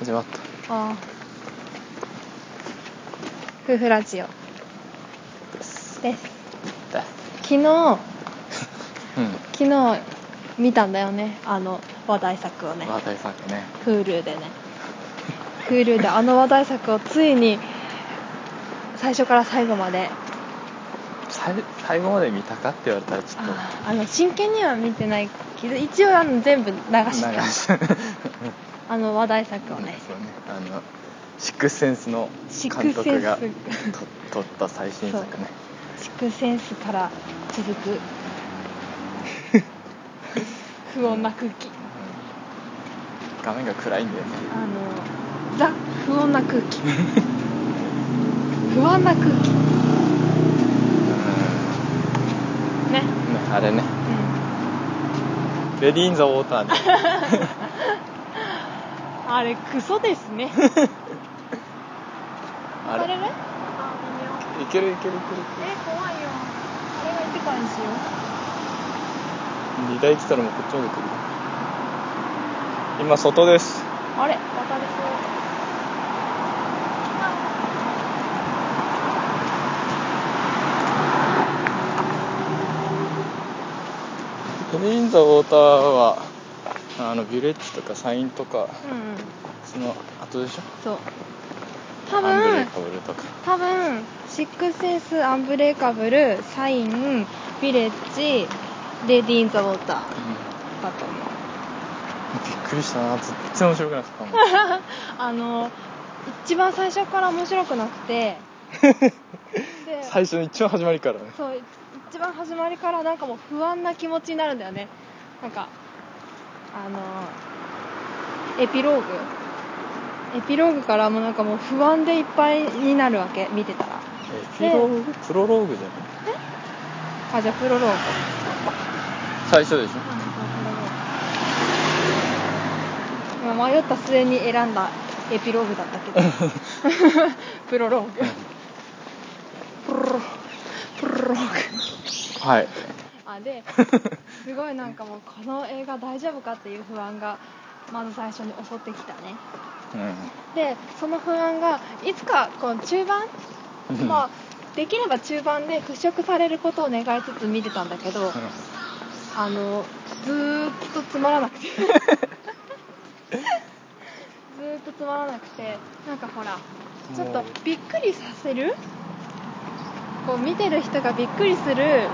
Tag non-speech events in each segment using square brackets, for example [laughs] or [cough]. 始まったああ夫婦ラジオですですだうん昨日昨日見たんだよねあの話題作をね話題作ね Hulu でね Hulu であの話題作をついに最初から最後まで最最後まで見たかって言われたらちょっとああの真剣には見てないけど一応あの全部流してた長いそうねあの話題作をねあのシックスセンスのシ監ックスセ督ンスがと撮った最新作ねシックセンスから続 [laughs] く不穏な空気うん画面が暗いんだよねあのザ不穏な空気不安な空気うんね、ねあれねうん、レディー・イン・ザ・ウォー [laughs] ターねあれクソですねあれねあいけるいけるいける微妙え怖いよあれは行ってからにしよ二台来たらもうこっちまで来る今外ですうあれ渡れそうレディー・イン・ザ・ウォーターはあのビュレッジとかサインとかうんうんその後でしょそう多アンブレイ分カブルとか多分シックスセンスアンブレーカブルサインヴィレッジレディー・イン・ザ・ウォーターうんだと思うびっくりしたなずっと面白くなかったもんあの一番最初から面白くなくて [laughs] [laughs] で最初の一番始まりからねそう一番始まりからなんかもう不安な気持ちになるんだよねなんかあのエピローグエピローグからもうなんかもう不安でいっぱいになるわけ見てたらエピローグプロローグじゃないあじゃあプロローグ最初でしょ今迷った末に選んだエピローグだったけど [laughs] プロローグプロロプロローグ [laughs] はいあですごいなんかもうこの映画大丈夫かっていう不安がまず最初に襲ってきたねでその不安がいつかこの中盤うんまあできれば中盤で払拭されることを願いつつ見てたんだけど、あのずーっとつまらなく [laughs] てずーっとつまらなくてなんかほらちょっもとうびっくりさせるこう見てる人がびっくりするうんうん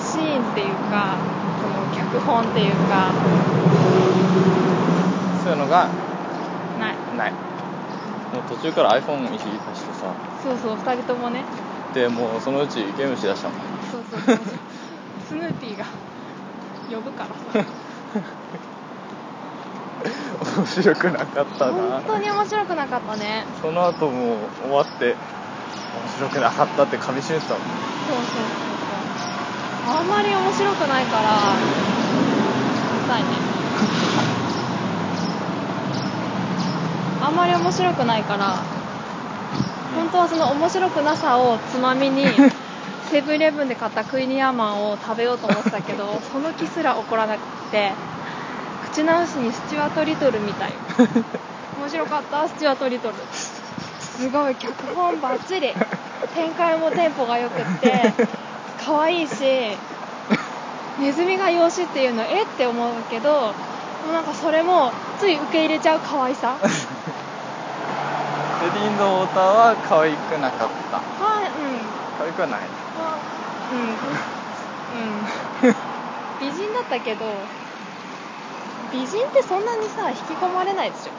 シーンっていうかその脚本っていうかそういうのがないないもう途中から iPhone いじり出してさそうそう2人ともねでもうそのうちゲームしだしたもんそうそうそうスヌーピーが呼ぶからさ面白くなかったな本当に面白くなかったねその後もう終わって面白くなかったって噛み締めてたもんそうそうそうそうあんまり面白くないから臭いねあんまり面白くないから本当はその面白くなさをつまみにセブンイレブンで買ったクイニーアマンを食べようと思ってたけどその気すら起こらなくて口直しにスチュワート・リトルみたい面白かったスチュワート・リトルすごい脚本ばっちり展開もテンポがよくって可愛いしネズミが養子っていうのえって思うけどもうなんかそれもつい受け入れちゃう可愛さはレディー・イン・ザ・ウォーターは可愛くなかったうん可愛くはないはうんうん美人だったけど美人ってそんなにさ引き込まれないでし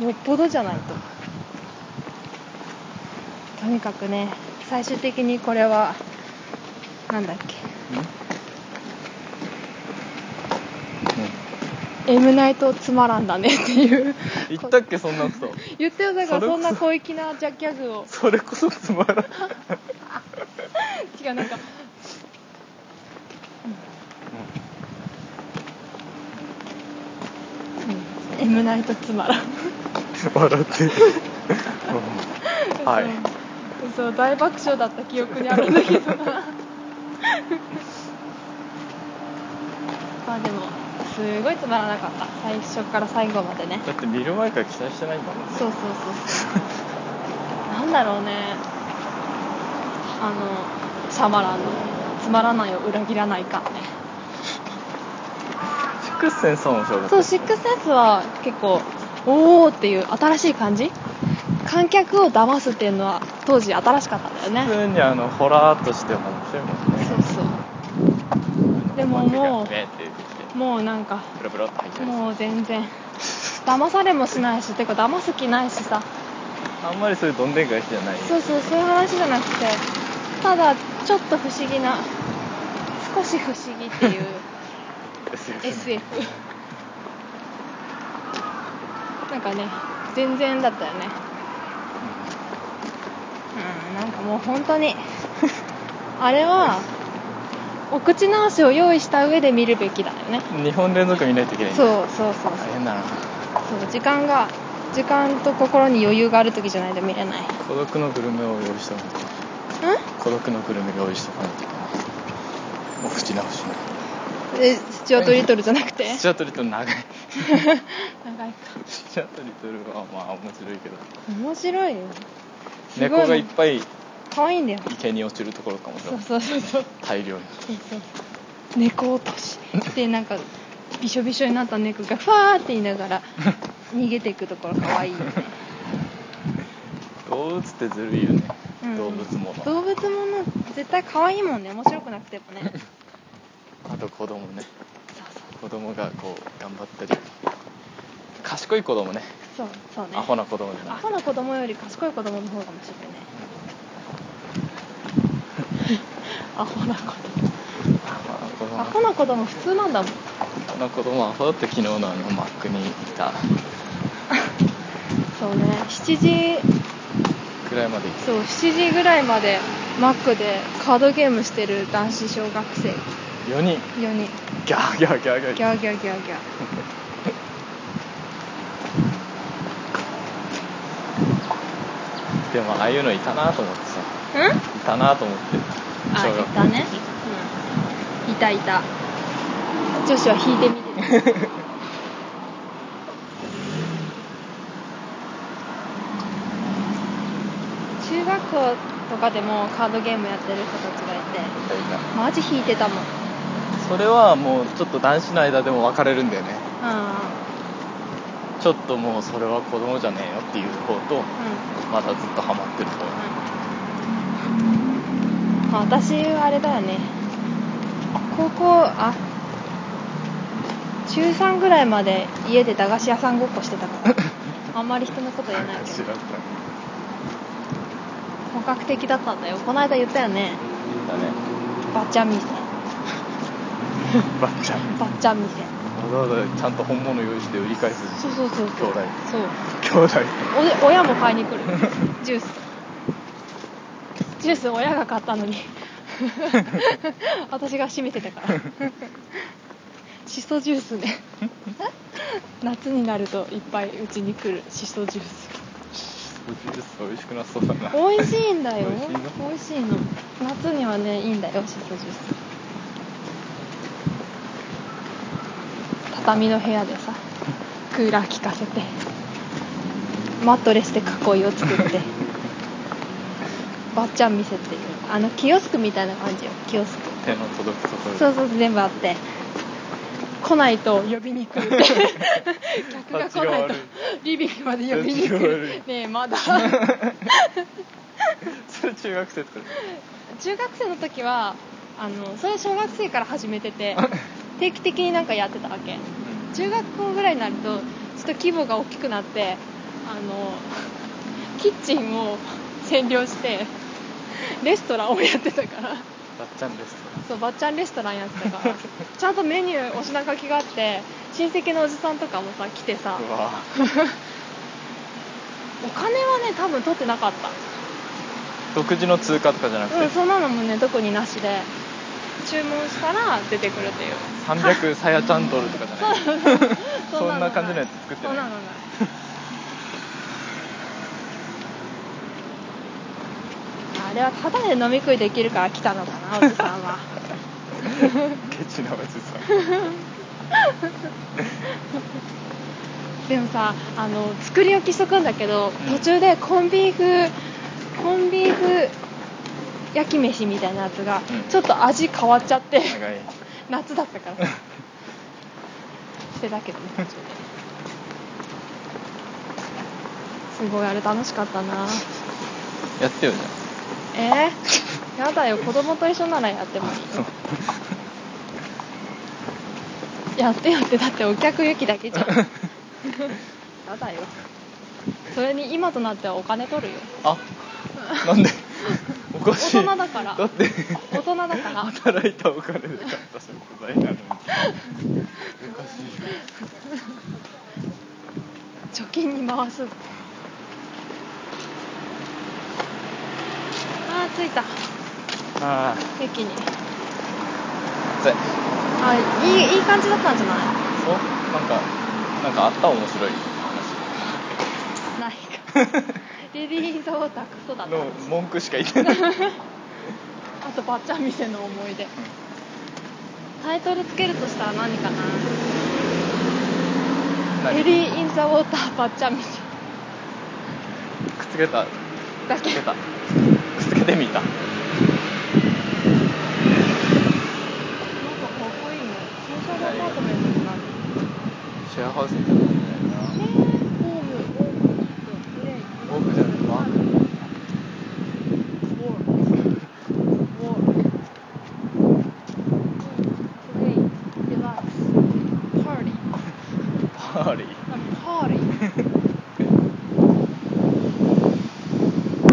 ょよっぽどじゃないととにかくね最終的にこれはなんだっけ「M ナイトつまらんだね」っていう言ったっけそんなこと言ってよだからそれこそそんな小粋なジャッキャグをそれこそつまらない、違うなんか「M ナイトつまらん」笑ってるはいそうそう大爆笑だった記憶にあるんだけどまあでもすごいつまらなかった最初から最後までねだって見る前から期待してないんだもんねそうそうそうそうなんだろうねあのシャマランのつまらないを裏切らないかねシックスセンスは面白かったそうシックスセンスは結構おおっていう新しい感じ観客を騙すっていうのは当時新しかったんだよね普通にあのホラーとしても面白いもんねそうそうでもねもって言ってきてうもうなんかブラブラって入っちゃいそうもう全然騙されもしないしてか騙す気ないしさあんまりそういうどんでん返しじゃないそうそうそういう話じゃなくてただちょっと不思議な少し不思議っていう SF SF なんかね全然だったよねうんなんかもう本当に [laughs] あれはお口直しを用意した上で見るべきだよね2本連続見ないといけないんだそうそうそう大変だなそう時間が時間と心に余裕がある時じゃないと見れないん孤独のグルメを用意してもらって孤独のグルメ用意してもらってお口直しのえスチュアート・リトルじゃなくてスチュアートリトル長い長いかスチュアートリトルはまあ面白いけど面白いよすごい猫がいっぱい可愛いんだよ池に落ちるところかもしれそなういそうそうそう大量にそうそう猫落としでなんかびしょびしょになった猫がファーって言いなが [laughs] ら逃げていくところ可愛いよね、動物ってずるいよね、うん動物もの動物もの絶対可愛いもんね面白くなくてもねあと子供ね子そう供がこう頑張ったり賢い子供ねそうそうそうねアホな子供じゃなアいホな子供より賢い子供の方かもしれ [laughs] ないねアホな子供アホな子供普通なんだもんアホな子供アホだって昨日のあのマックにいたそうね7時くらいまで行ってそう7時ぐらいまでマックでカードゲームしてる男子小学生4人4人ギャーギャーギャーギャーギャーギャーギャーギャーでもああいうのいたなと思ってさうんいたなと思ってあ小い学校たの時ね、うん、いたいた女子は引いてみてる中学校とかでもカードゲームやってる人たちがいていたいマジ引いてたもんうんたそれはもうちょっと男子の間でも分かれるんだよねちょっともうそれは子供じゃねえよっていう方とうまだずっとハマってる方ん、まあ、私はあれだよね高校あ中3ぐらいまで家で駄菓子屋さんごっこしてたから [laughs] あんまり人のこと言えないけ知どらんか本格的だったんだよこの間言ったよねだ [laughs] ねバッチャ店ばっちゃんバッチャ店わざわざちゃんと本物用意して売り返すそうそうそうそう兄弟そう兄弟おで親も買い [laughs] に来るジュースジュース親が買った [laughs] のに私が閉めてたからシソジュース [laughs] ね夏になるといっぱいうちに来るシソジュース美味しくなさそうだな美味しいんだ美よ味しいの美味しいの夏にはねいいんだよシソジュース畳の部屋でさクーラー効かせてマットレスで囲いを作ってばっちゃん店っていうあのキオスクみたいな感じよキオスク [laughs] 手の届くところそうそう全部あって来ないと呼びに来る [laughs] って客が来ないとリビングまで呼びに来るねえまだそれ中学生とか中学生の時はあのそれ小学生から始めてて [laughs] 定期的になんかやってたわけ中学校ぐらいになるとちょっと規模が大きくなってあのキッチンを [laughs] 占領してレストランをやってたかばらっちゃんですそうばっちゃんレストランやって [laughs] たからちゃんとメニューお品書きがあって親戚のおじさんとかもさ来てさうわお金はね多分取ってなかった独自の通貨とかじゃなくうん、てそんなのもね特になしで注文したら出てくるっていう [laughs] 300さやちゃんドルとかじゃないそんな感じのやつ作ってそなんい [laughs] なのないあれはただで飲み食いできる [laughs] から来たのかなおじさんはケチなおじさんでもさあの作り置きしとくんだけど、うん途中でコンビーフコンビーフ焼き飯みたいなやつが、うんちょっと味変わっちゃって長い夏だったからしてたけどね途中ですごいあれ楽しかったなやってよじえー、やだよ子供と一緒ならやってもいいゃんやってやってだってお客行きだ [laughs] けじゃんやだよそれに今となってはお金取るよあなんでおかしい大人だからだって大人だから働いたお金で買った食材なのにおか [laughs] しい貯金に回すああ着いたあ駅にあそうあいいいい感じだったんじゃなそうなんかなんかあった面白いいないか [laughs] リリー・ゾータクソだ話なの文句しか言ってない [laughs] あとばっちゃん店の思い出タイトルつけるとしたら何かな何エリー・イン・ザ・ウォーターばっちゃん店くっつけたくっだけつけたくっつけてみたなんかかっこいいね。センシャルアパートメントになる。シェアハウスみたいなのみたいなえー、オホーム、オープン、プレイ、ープンじゃないわウォーク、ウォーク、プレイ、リラックス、パーティー、パーリーパーティー。あ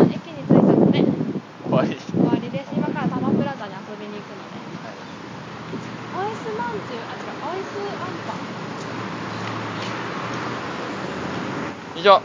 駅に着いたので、 [laughs] パーリー終わりです。今から多摩プラザに遊びに行くので。アイスまんじゅう、あ、違う、アイスあんぱん。以上